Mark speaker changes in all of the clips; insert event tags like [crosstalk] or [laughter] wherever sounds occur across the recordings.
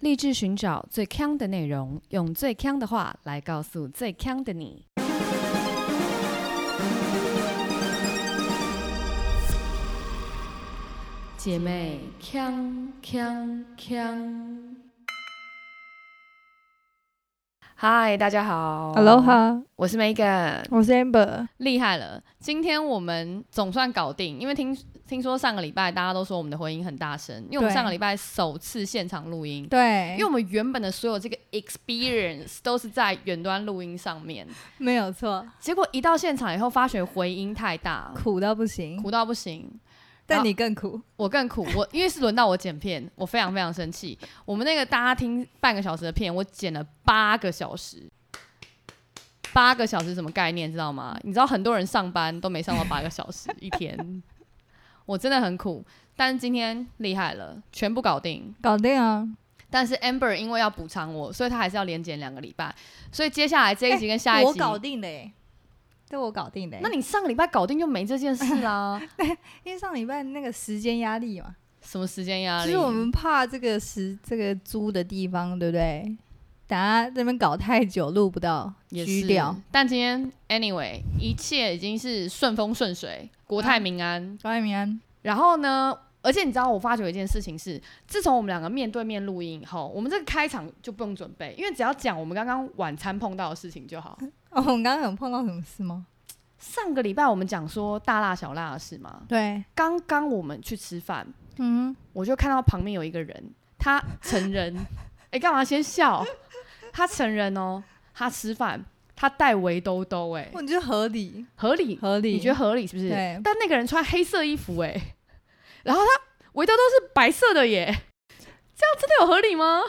Speaker 1: 立志寻找最强的内容，用最强的话来告诉最强的你。姐妹，强强强！嗨，大家
Speaker 2: 哦
Speaker 1: 好
Speaker 2: Aloha，
Speaker 1: 我是 Megan，
Speaker 2: 我是 Amber。
Speaker 3: 厉害了！今天我们总算搞定，因为听听说上个礼拜大家都说我们的回音很大声，因为我们
Speaker 2: 对
Speaker 3: 上个礼拜首次现场录音，
Speaker 2: 对，
Speaker 3: 因为我们原本的所有这个 experience 都是在远端录音上面，
Speaker 2: 没有错，
Speaker 3: [laughs] 结果一到现场以后发觉回音太大，
Speaker 2: 苦到不行，
Speaker 3: 苦到不行。
Speaker 2: 但你更苦。
Speaker 3: 我更苦， [laughs] 我因为是轮到我剪片，我非常非常生气。我们那个大家听半个小时的片，我剪了八个小时，八个小时什么概念知道吗？你知道很多人上班都没上到八个小时一天，我真的很苦。但是今天厉害了，全部搞定。
Speaker 2: 搞定啊！
Speaker 3: 但是 Amber 因为要补偿我，所以她还是要连剪两个礼拜。所以接下来这一集跟下一
Speaker 2: 我
Speaker 3: 集，
Speaker 2: 搞定的耶，这我搞定的耶。
Speaker 3: 哎那你上个礼拜搞定就没这件事啊啦。
Speaker 2: 因为上礼拜那个时间压力嘛，
Speaker 3: [laughs] 什么时间压
Speaker 2: 就
Speaker 3: 力？
Speaker 2: 是我们怕这个时这个租的地方，对不对？等下这边搞太久录不到，
Speaker 3: 也
Speaker 2: 虚
Speaker 3: 是
Speaker 2: 掉。。
Speaker 3: 但今天 anyway，一切已经是顺风顺水，国泰民安。
Speaker 2: 高爱民安，
Speaker 3: 然后呢，而且你知道我发觉一件事情是，自从我们两个面对面录音以后，我们这个开场就不用准备，因为只要讲我们刚刚晚餐碰到的事情就好。
Speaker 2: 哦，我们刚刚有碰到什么事吗？
Speaker 3: 上个礼拜我们讲说大辣小辣的事嘛，
Speaker 2: 对，
Speaker 3: 刚刚我们去吃饭，
Speaker 2: 嗯，
Speaker 3: 我就看到旁边有一个人，他成人， [laughs] 哎、干嘛先笑？他成人哦，他吃饭，他戴围兜兜、诶，哎，
Speaker 2: 我觉得合理，
Speaker 3: 合理
Speaker 2: 合理。
Speaker 3: 你觉得合理是不是？
Speaker 2: 对
Speaker 3: 但那个人穿黑色衣服哎、然后他围兜都是白色的耶，这样真的有合理吗？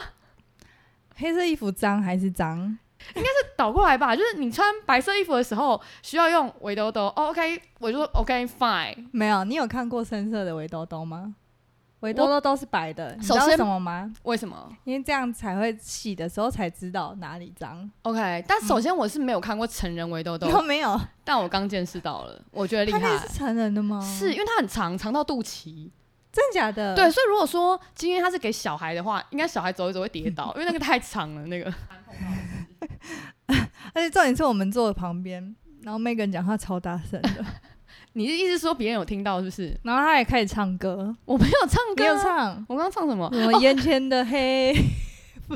Speaker 2: 黑色衣服脏还是脏？
Speaker 3: 倒过来吧，就是你穿白色衣服的时候需要用围兜兜。哦、o k 我就说 OK fine。
Speaker 2: 没有，你有看过深色的围兜兜吗？围兜兜都是白的，你知
Speaker 3: 首
Speaker 2: 道为
Speaker 3: 先
Speaker 2: 什么吗？
Speaker 3: 为什么
Speaker 2: 因为这样才会洗的时候才知道哪里脏。
Speaker 3: ？OK，但首先我是没有看过成人围兜 [laughs] 兜，
Speaker 2: 都没有，
Speaker 3: 但我刚见识到了，我觉得厉
Speaker 2: 它那
Speaker 3: 害
Speaker 2: 是。成人的吗？
Speaker 3: 是因为它很长，长到肚脐。
Speaker 2: 真假的？
Speaker 3: 对，，所以如果说今天它是给小孩的话，应该小孩走一走会跌
Speaker 2: [laughs]
Speaker 3: 倒，因为那个太长了。那个
Speaker 2: 而且重点是我们坐的旁边，然后 Megan 讲话超大声
Speaker 3: [laughs]
Speaker 2: 的，
Speaker 3: 你的意思是说别人有听到是不是？
Speaker 2: 然后他也开始唱歌，
Speaker 3: 我没有唱
Speaker 2: 没
Speaker 3: 歌啊，哦
Speaker 2: 有唱
Speaker 3: 我刚刚唱什么？
Speaker 2: 什么眼前的黑， [laughs]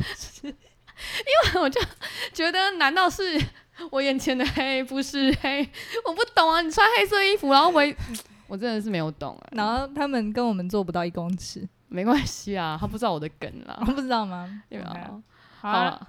Speaker 3: 我就觉得，难道是我眼前的黑不是黑？我不懂啊！你穿黑色衣服，然后
Speaker 2: [laughs]
Speaker 3: 围，我真的是没有懂啊。
Speaker 2: 然后他们跟我们坐不到一公尺，哦
Speaker 3: 没关系啊，他不知道我的梗啦，
Speaker 2: 不知道
Speaker 3: [laughs]
Speaker 2: 吗？嗯
Speaker 3: 对吧？
Speaker 2: 好啊
Speaker 3: 好啊了，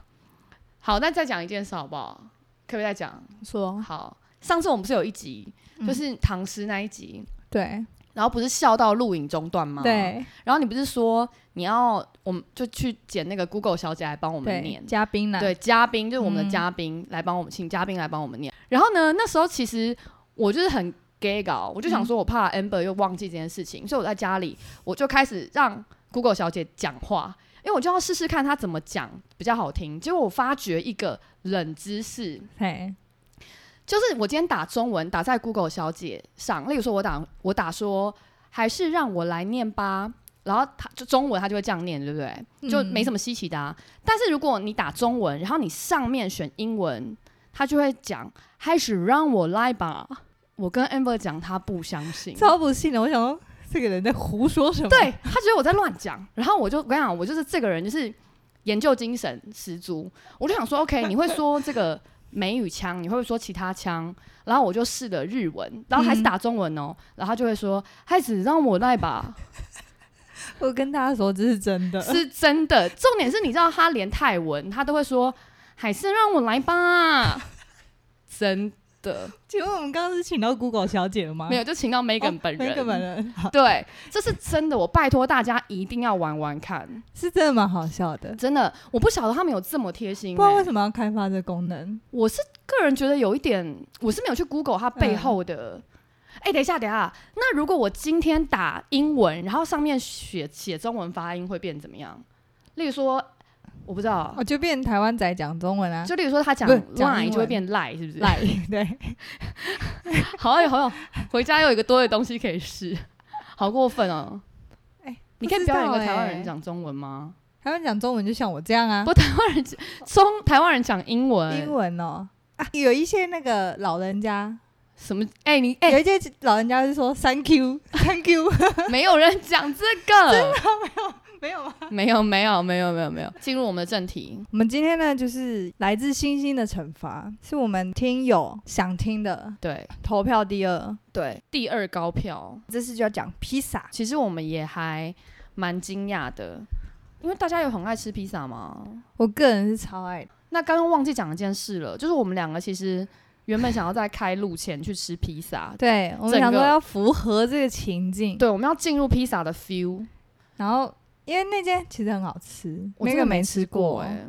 Speaker 3: 好，那再讲一件事好不好？可不可以再讲？
Speaker 2: 说
Speaker 3: 好，上次我们不是有一集，
Speaker 2: 嗯
Speaker 3: 就是唐诗那一集，
Speaker 2: 对
Speaker 3: 然后不是笑到录影中断吗？。
Speaker 2: 对
Speaker 3: 然后你不是说你要，我们就去捡那个 Google 小姐来帮我们
Speaker 2: 对
Speaker 3: 念，
Speaker 2: 嘉宾呢？
Speaker 3: 对，嘉宾就是我们的
Speaker 2: 嗯
Speaker 3: 嘉宾来帮我们，请嘉宾来帮我们念。然后呢，那时候其实我就是很 gay 搞，我就
Speaker 2: 嗯
Speaker 3: 想说我怕 Amber 又忘记这件事情，所以我在家里我就开始让 Google 小姐讲话，因为我就要试试看她怎么讲比较好听。结果我发觉一个冷知识，
Speaker 2: 嘿，
Speaker 3: 就是我今天打中文打在 Google 小姐上，例如说我打我打说还是让我来念吧，然后它就中文它就会这样念，对不对？就没什么稀奇的、啊。但是如果你打中文，然后你上面选英文，它就会讲还是让我来吧。我跟 Amber 讲，他不相信。
Speaker 2: 超不信的，我想说这个人在胡说什么？ [laughs]
Speaker 3: 对他觉得我在乱讲，然后我就我跟你讲，我就是这个人就是研究精神十足，我就想说，OK，你会
Speaker 2: [laughs]
Speaker 3: 说这个美语腔，你会不会说其他腔？然后我就试了日文，然后还是
Speaker 2: 嗯
Speaker 3: 打中文哦，然后他就会说，孩子让我来吧，
Speaker 2: 我跟大家说这是真的，
Speaker 3: 是真的。重点是你知道他连泰文他都会说，还是让我来吧， [laughs] 真的
Speaker 2: 请问我们刚刚是请到 Google 小姐了吗？
Speaker 3: 没
Speaker 2: 有
Speaker 3: 有就请到 Megan 本人。
Speaker 2: 啊哦 Megan 本人好
Speaker 3: 对，这是真的，我拜托大家一定要玩玩看，
Speaker 2: [laughs] 是真的蛮好笑的，
Speaker 3: 真的，我不晓得他们有这么贴心、欸，
Speaker 2: 不知道为什么要开发这功能。
Speaker 3: 我是个人觉得有一点，我是没有去 Google 它
Speaker 2: 嗯
Speaker 3: 背后的。哎、等一下，等一下，那如果我今天打英文，然后上面写写中文发音会变怎么样？例如说，我不知道，
Speaker 2: 我就变台湾仔讲中文啊，
Speaker 3: 就例如说他讲
Speaker 2: 不哦是讲
Speaker 3: lie
Speaker 2: 英文
Speaker 3: 就会变赖，是不是？
Speaker 2: 赖 [laughs] 对，
Speaker 3: [laughs] 好哎有好有，回家又有一个多的东西可 [laughs] 以试，好过分哦！
Speaker 2: 哎
Speaker 3: 你可以表演一
Speaker 2: 不
Speaker 3: 个
Speaker 2: 知道
Speaker 3: 台湾
Speaker 2: 哎
Speaker 3: 人讲中文吗？
Speaker 2: 台湾讲中文就像我这样啊，
Speaker 3: 不，台湾人中台湾人讲英文，
Speaker 2: 英文哦啊，有一些那个老人家，
Speaker 3: 什么？哎、你哎、
Speaker 2: [laughs] 有一些老人家是说 “thank you”，“thank you”， [laughs]
Speaker 3: 没有人讲这个，
Speaker 2: 没有吗？
Speaker 3: 没有没有没有没有没有。进入我们的正题，
Speaker 2: 我们今天呢，就是来自星星的惩罚，是我们听友想听的，
Speaker 3: 对
Speaker 2: 投票第二，
Speaker 3: 对，第二高票，
Speaker 2: 这次就要讲披萨，
Speaker 3: 其实我们也还蛮惊讶的，因为大家有很爱吃披萨嘛。
Speaker 2: 我个人是超爱的，
Speaker 3: 那刚刚忘记讲一件事了，就是我们两个其实原本想要在开录前去吃披萨，
Speaker 2: 对我们
Speaker 3: 整
Speaker 2: 想说
Speaker 3: 个
Speaker 2: 要符合这个情境，
Speaker 3: 对，我们要进入披萨的 feel。
Speaker 2: 然后因为那间其实很好吃，
Speaker 3: 我
Speaker 2: 那
Speaker 3: 真
Speaker 2: 个
Speaker 3: 的
Speaker 2: 没
Speaker 3: 吃
Speaker 2: 吃过，
Speaker 3: 哎、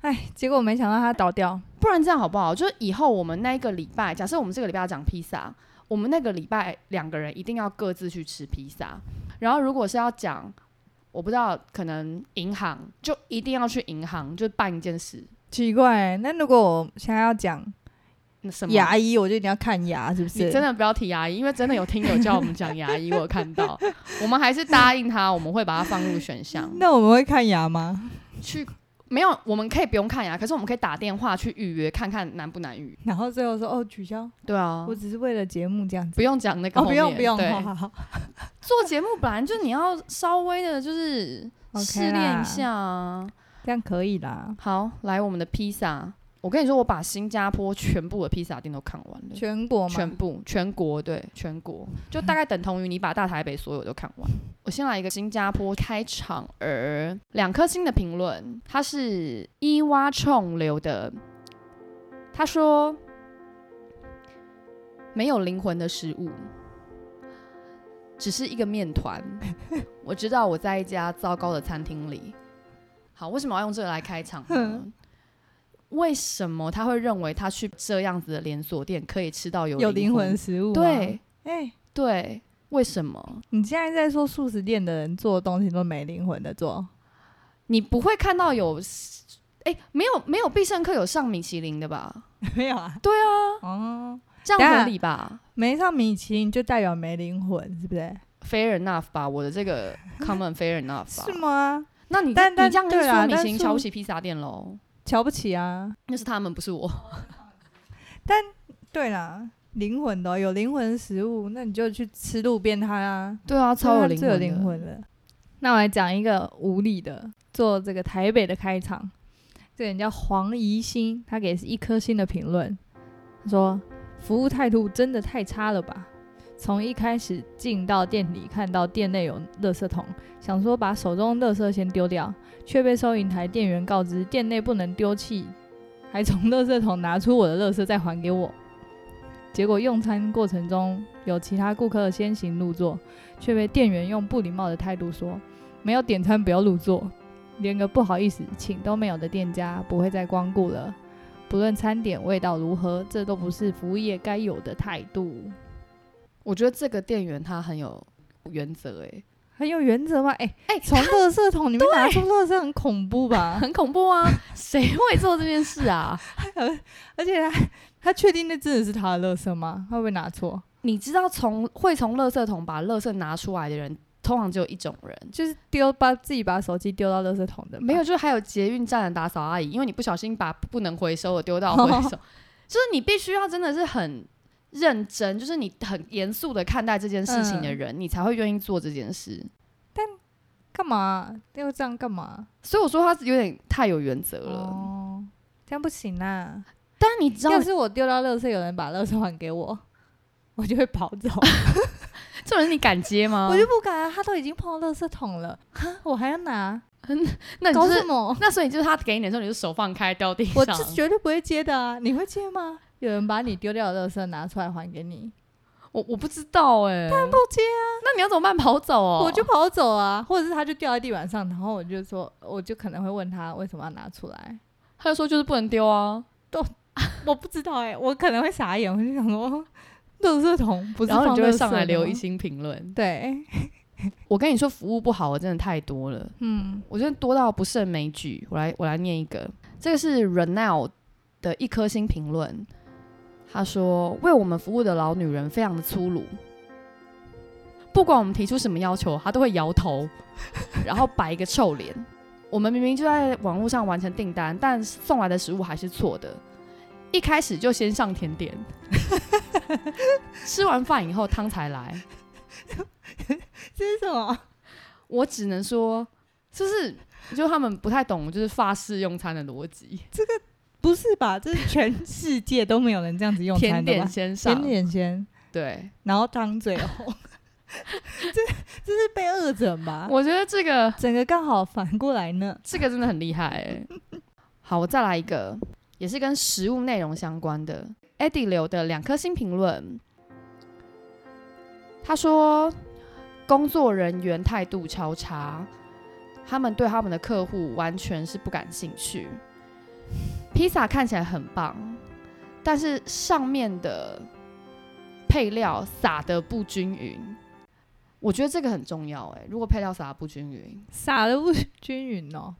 Speaker 2: 哎，结果没想到它倒掉，
Speaker 3: 不然这样好不好？就是以后我们那一个礼拜，假设我们这个礼拜要讲披萨，我们那个礼拜两个人一定要各自去吃披萨。然后如果是要讲，我不知道，可能银行就一定要去银行，就办一件事。
Speaker 2: 奇怪。那如果我现在要讲
Speaker 3: 那什么？
Speaker 2: 牙医，我就一定要看牙，是不
Speaker 3: 哦你
Speaker 2: 是？
Speaker 3: 真的不要提牙医，因为真的有听友叫我们讲牙医，我有看
Speaker 2: [laughs]
Speaker 3: 到，我们还是答应他，我们会把它放入选项。
Speaker 2: 那我们会看牙吗？
Speaker 3: 去没有，我们可以不用看牙，可是我们可以打电话去预约，看看难不难预。
Speaker 2: 然后最后说哦取消，
Speaker 3: 对啊
Speaker 2: 我，只是为了节目这样子。
Speaker 3: 不用讲那个
Speaker 2: 哦，
Speaker 3: 后
Speaker 2: 不
Speaker 3: 面、
Speaker 2: 用不用，
Speaker 3: 对，
Speaker 2: 好好好。
Speaker 3: 做节目本来就你要稍微的，就是
Speaker 2: OK
Speaker 3: 试炼一下啊。
Speaker 2: 这样可以啦。
Speaker 3: 好，来我们的披萨，我跟你说，我把新加坡全部的披萨店都看完了，
Speaker 2: 全国嘛，
Speaker 3: 全部全国对全国，就大概等同于你把大台北所有都看完。我先来一个新加坡开场儿，两颗星的评论，他是伊蛙冲留的，他说没有灵魂的食物，只是一个面团。
Speaker 2: [laughs]
Speaker 3: 我知道我在一家糟糕的餐厅里。好，为什么要用这个来开场呢？为什么他会认为他去这样子的连锁店可以吃到有
Speaker 2: 有灵魂？食物。
Speaker 3: 对，
Speaker 2: 哎，
Speaker 3: 对，为什么？
Speaker 2: 你现在在说素食店的人做的东西都没灵魂的做，
Speaker 3: 你不会看到有，哎、没有没有必胜客有上米其林的吧？
Speaker 2: [laughs] 没有啊？
Speaker 3: 对
Speaker 2: 啊。哦，
Speaker 3: 这
Speaker 2: 等一
Speaker 3: 样
Speaker 2: 下
Speaker 3: 合理吧
Speaker 2: 没上米其林就代表没灵魂，是不是？
Speaker 3: ？Fair enough 吧，我的这个 common fair enough 吧。
Speaker 2: 是吗？
Speaker 3: 那你
Speaker 2: 但
Speaker 3: 这
Speaker 2: 但
Speaker 3: 你这样一
Speaker 2: 对啦
Speaker 3: 啊说，米
Speaker 2: 但
Speaker 3: 其林
Speaker 2: 是
Speaker 3: 瞧不起披萨店喽？
Speaker 2: 瞧不起啊？
Speaker 3: 那是他们，不是我。
Speaker 2: 对啦，灵魂的哦、有灵魂的食物，那你就去吃路边摊啊，
Speaker 3: [laughs] 对啊，超有灵
Speaker 2: 最
Speaker 3: 魂
Speaker 2: 有
Speaker 3: 的。
Speaker 2: 灵魂了。那我来讲一个无理的，做这个台北的开场。这个人叫黄怡心，他给一颗星的评论，他说：“服务态度真的太差了吧！从一开始进到店里，看到店内有垃圾桶，想说把手中垃圾先丢掉，却被收银台店员告知店内不能丢弃，还从垃圾桶拿出我的垃圾再还给我。结果用餐过程中有其他顾客先行入座，却被店员用不礼貌的态度说：“没有点餐不要入座。”连个不好意思请都没有的店家不会再光顾了。不论餐点味道如何，这都不是服务业该有的态度。
Speaker 3: 我觉得这个店员他很有原则、欸，
Speaker 2: 很有原则吗？哎、
Speaker 3: [laughs] 哎、
Speaker 2: [laughs] 从垃圾桶里面拿出垃圾很恐怖 [laughs] 吧？
Speaker 3: 很恐怖啊！ [laughs] 谁会做这件事啊？
Speaker 2: 而且他他确定那真的是他的垃圾吗？他会不会拿错？
Speaker 3: [laughs] 你知道从会从垃圾桶把垃圾拿出来的人，通常只有一种人，
Speaker 2: 就是丢把自己把手机丢到垃圾桶的吧，
Speaker 3: 没有，就是还有捷运站的打扫阿姨，因为你不小心把不能回收的丢到回 [laughs] 收，就是你必须要真的是很认真，就是你很严肃的看待这件事情的人，你才会愿意做这件事。
Speaker 2: 干嘛要这样干嘛？
Speaker 3: 所以我说他有点太有原则了。
Speaker 2: 哦，这样不行啊 [laughs] 啦。
Speaker 3: 但你知道
Speaker 2: 要，是我丢到垃圾，有人把垃圾还给我， [laughs] 我就会跑走，
Speaker 3: 这种人你敢接吗？
Speaker 2: [laughs] 我就不敢、啊。他都已经碰到垃圾桶了，哈，我还要拿，
Speaker 3: 那你
Speaker 2: 搞
Speaker 3: 就
Speaker 2: 什
Speaker 3: 是，
Speaker 2: 么？
Speaker 3: 那所以就是他给你的时候，你就手放开掉地
Speaker 2: 我
Speaker 3: 上。
Speaker 2: 是绝对不会接的啊！你会接吗？有人把你丢掉的垃圾拿出来还给你，
Speaker 3: 我我不知道哎、
Speaker 2: 不接啊，
Speaker 3: 那你要怎么办？跑走哦？
Speaker 2: 我就跑走啊，或者是他就掉在地板上，然后我就说，我就可能会问他为什么要拿出来，
Speaker 3: 他就说就是不能丢啊。
Speaker 2: 我不知道哎、我可能会傻眼，我就想说，垃圾桶不是
Speaker 3: 然后你
Speaker 2: 放
Speaker 3: 就会
Speaker 2: 垃圾
Speaker 3: 上来
Speaker 2: 的
Speaker 3: 留
Speaker 2: 吗
Speaker 3: 一星评论。
Speaker 2: 对，
Speaker 3: 我跟你说，服务不好，我真的太多了，
Speaker 2: 嗯，
Speaker 3: 我真的多到不胜枚举。我来，我来念一个，这个是 Renal 的一颗星评论，他说：“为我们服务的老女人非常的粗鲁，不管我们提出什么要求，她都会摇头，然后摆一个臭脸。”我们明明就在网络上完成订单，但送来的食物还是错的。一开始就先上甜点， [laughs] 吃完饭以后汤才来。
Speaker 2: 这 [laughs] 是什么？
Speaker 3: 我只能说，就是就他们不太懂，就是法式用餐的逻辑，
Speaker 2: 不是吧？这是全世界都没有人这样子用
Speaker 3: 甜
Speaker 2: 餐的吧
Speaker 3: 点？先上
Speaker 2: 甜，点先，
Speaker 3: 对。
Speaker 2: 然后汤最后， [laughs] 这这是被恶整吧？
Speaker 3: 我觉得这个
Speaker 2: 整个刚好反过来呢。
Speaker 3: 这个真的很厉害、欸。好，我再来一个，也是跟食物内容相关的。Eddie 留的两颗星评论，他说工作人员态度超差，他们对他们的客户完全是不感兴趣。披萨看起来很棒，但是上面的配料撒的不均匀，我觉得这个很重要、欸。哎，如果配料撒的不均匀，
Speaker 2: 撒的不均匀哦。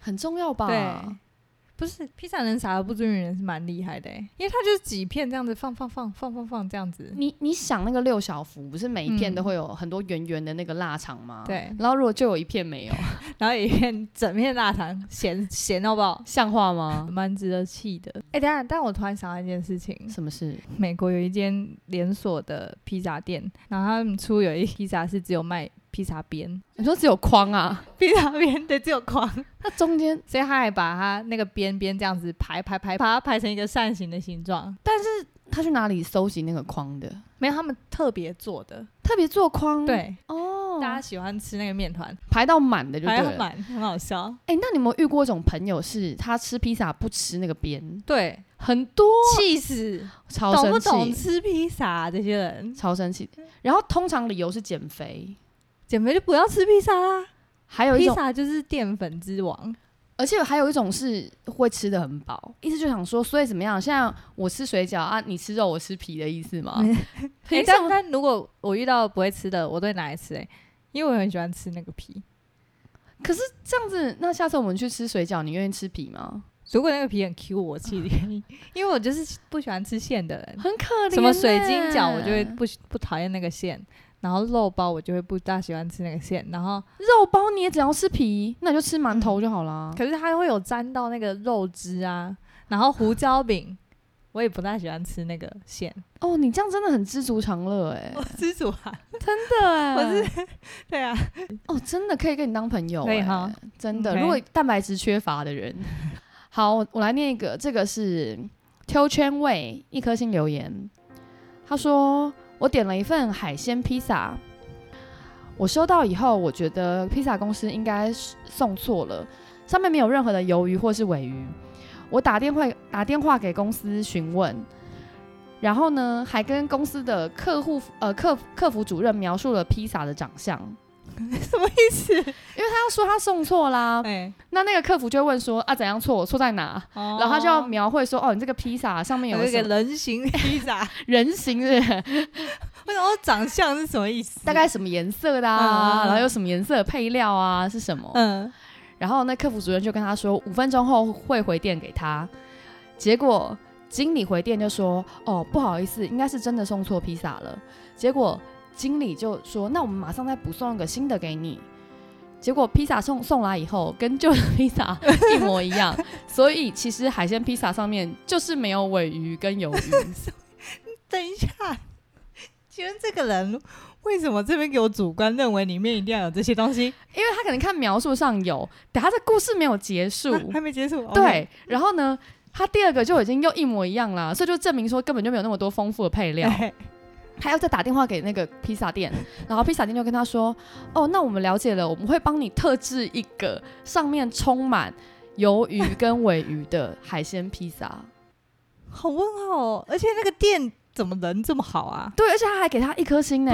Speaker 3: 很重要吧？
Speaker 2: 对，不是披萨人撒的不均匀是蛮厉害的欸，因为它就是几片这样子放放放放放放这样子。
Speaker 3: 你你想那个六小福，不是每一片
Speaker 2: 嗯
Speaker 3: 都会有很多圆圆的那个腊肠吗？。
Speaker 2: 对，
Speaker 3: 然后如果就有一片没有，
Speaker 2: 然后一片整片腊肠，咸咸到爆，
Speaker 3: 像话
Speaker 2: [laughs]
Speaker 3: 吗？
Speaker 2: 蛮值得气的。哎、等一下，但我突然想到一件事情，
Speaker 3: 什么事？
Speaker 2: 美国有一间连锁的披萨店，然后他们出有一披萨是只有卖披萨 [laughs] 边，
Speaker 3: 你说只有框啊？
Speaker 2: 披萨边对，只有框，
Speaker 3: 那中间
Speaker 2: 所以他还把它那个边边这样子排排排，把它排成一个扇形的形状。但
Speaker 3: 他去哪里搜集那个框的？
Speaker 2: 没有他们特别做的，
Speaker 3: 特别做框，
Speaker 2: 对，
Speaker 3: 哦，
Speaker 2: 大家喜欢吃那个面团，
Speaker 3: 排到满的就对
Speaker 2: 排很
Speaker 3: 了。
Speaker 2: 满，很好笑。
Speaker 3: 哎、那你有没有遇过一种朋友是他吃披萨不吃那个边？
Speaker 2: 对，
Speaker 3: 很多，
Speaker 2: 气死！
Speaker 3: 超
Speaker 2: 懂不
Speaker 3: 生气，
Speaker 2: 懂吃披萨啊、这些人？
Speaker 3: 超生气。然后通常理由是减肥，
Speaker 2: 减肥就不要吃披萨啦、
Speaker 3: 还有一
Speaker 2: 披
Speaker 3: 种
Speaker 2: 萨就是淀粉之王。
Speaker 3: 而且还有一种是会吃的很饱，意思就想说，所以怎么样？现在我吃水饺啊，你吃肉，我吃皮的意思 [laughs] 吗？
Speaker 2: 哎、
Speaker 3: 凭什
Speaker 2: 但
Speaker 3: 么？
Speaker 2: 但如果我遇到不会吃的，我都会拿来吃、哎，因为我很喜欢吃那个皮。
Speaker 3: 可是这样子，那下次我们去吃水饺，你愿意吃皮吗？
Speaker 2: 如果那个皮很 Q，我其实愿意， [laughs] 因为我就是不喜欢吃馅的人。
Speaker 3: 很可怜、
Speaker 2: 什么水晶饺，我就会不喜不讨厌那个馅，然后肉包我就会不大喜欢吃那个馅，然后
Speaker 3: 肉包，你也只要吃皮，那你就吃馒头就好啦。
Speaker 2: 可是它会有沾到那个肉汁啊，然后胡椒饼，我也不大喜欢吃那个馅。
Speaker 3: 哦，你这样真的很知足常乐哎、
Speaker 2: 知足啊，
Speaker 3: 真的哎、
Speaker 2: 我是对啊， [laughs]
Speaker 3: 哦，真的可以跟你当朋友、欸，
Speaker 2: 可以哈
Speaker 3: 真的。
Speaker 2: OK
Speaker 3: 如果蛋白质缺乏的人， [laughs] 好，我我来念一个，这个是 Q 圈位一颗星留言，他说我点了一份海鲜披萨，我收到以后，我觉得披萨公司应该是送错了，上面没有任何的鱿鱼或是尾鱼。我打电话打电话给公司询问，然后呢，还跟公司的客户呃客客服主任描述了披萨的长相。
Speaker 2: 什么意思？
Speaker 3: 他说他送错啦，
Speaker 2: 哎，
Speaker 3: 那那个客服就会问说啊怎样错，错在哪？
Speaker 2: 然
Speaker 3: 然后他就要描绘说哦，你这个披萨上面
Speaker 2: 有
Speaker 3: 有
Speaker 2: 一
Speaker 3: 一
Speaker 2: 个
Speaker 3: 个
Speaker 2: 人形披 [laughs] 萨，
Speaker 3: 人形是不是 [laughs]
Speaker 2: 为什么长相是什么意思？
Speaker 3: 大概什么颜色的
Speaker 2: 嗯
Speaker 3: 啊，
Speaker 2: 嗯嗯
Speaker 3: 然后有什么颜色的配料啊是什么？
Speaker 2: 嗯，
Speaker 3: 然后那客服主任就跟他说五分钟后会回电给他，结果经理回电就说哦不好意思，应该是真的送错披萨了。结果经理就说那我们马上再补送一个新的给你。结果披萨送送来以后，跟旧的披萨 [laughs] 一模一样，所以其实海鲜披萨上面就是没有尾鱼跟鱿鱼。
Speaker 2: 等一下，请问这个人为什么这边给我主观认为里面一定要有这些东西？
Speaker 3: 因为他可能看描述上有，等他的故事没有结束，
Speaker 2: 啊还没结束，
Speaker 3: 对，然后呢，他第二个就已经又一模一样啦，所以就证明说根本就没有那么多丰富的配
Speaker 2: OK，
Speaker 3: 料。还要再打电话给那个披萨店，然后披萨店就跟他说：“哦，那我们了解了，我们会帮你特制一个上面充满鱿鱼跟尾鱼的海鲜披萨。
Speaker 2: 好问号哦，而且那个店怎么人这么好啊”？
Speaker 3: 对，而且他还给他一颗星呢、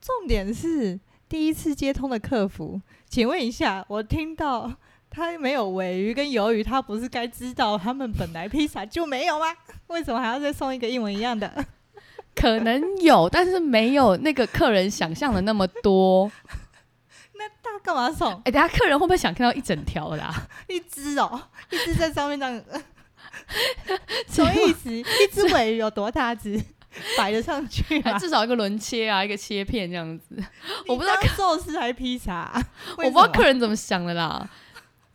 Speaker 2: 重点是第一次接通的客服，请问一下，我听到他没有尾鱼跟鱿鱼，他不是该知道他们本来披萨就没有吗？ [laughs] 为什么还要再送一个一模一样的？
Speaker 3: 可能有，但是没有那个客人想象的那么多。
Speaker 2: 他干嘛送
Speaker 3: [laughs] 哎、等下客人会不会想看到一整条的、啊？
Speaker 2: 一只哦？一只在上面这样， [laughs] 什么意思？一只尾鱼有多大只？ [laughs] 摆得上去
Speaker 3: 还 [laughs]
Speaker 2: 吗？
Speaker 3: 至少一个轮切啊，一个切片这样子。我不知道
Speaker 2: 你当寿司还是披萨啊、
Speaker 3: 我不知道
Speaker 2: 为什么
Speaker 3: 客人怎么想的啦。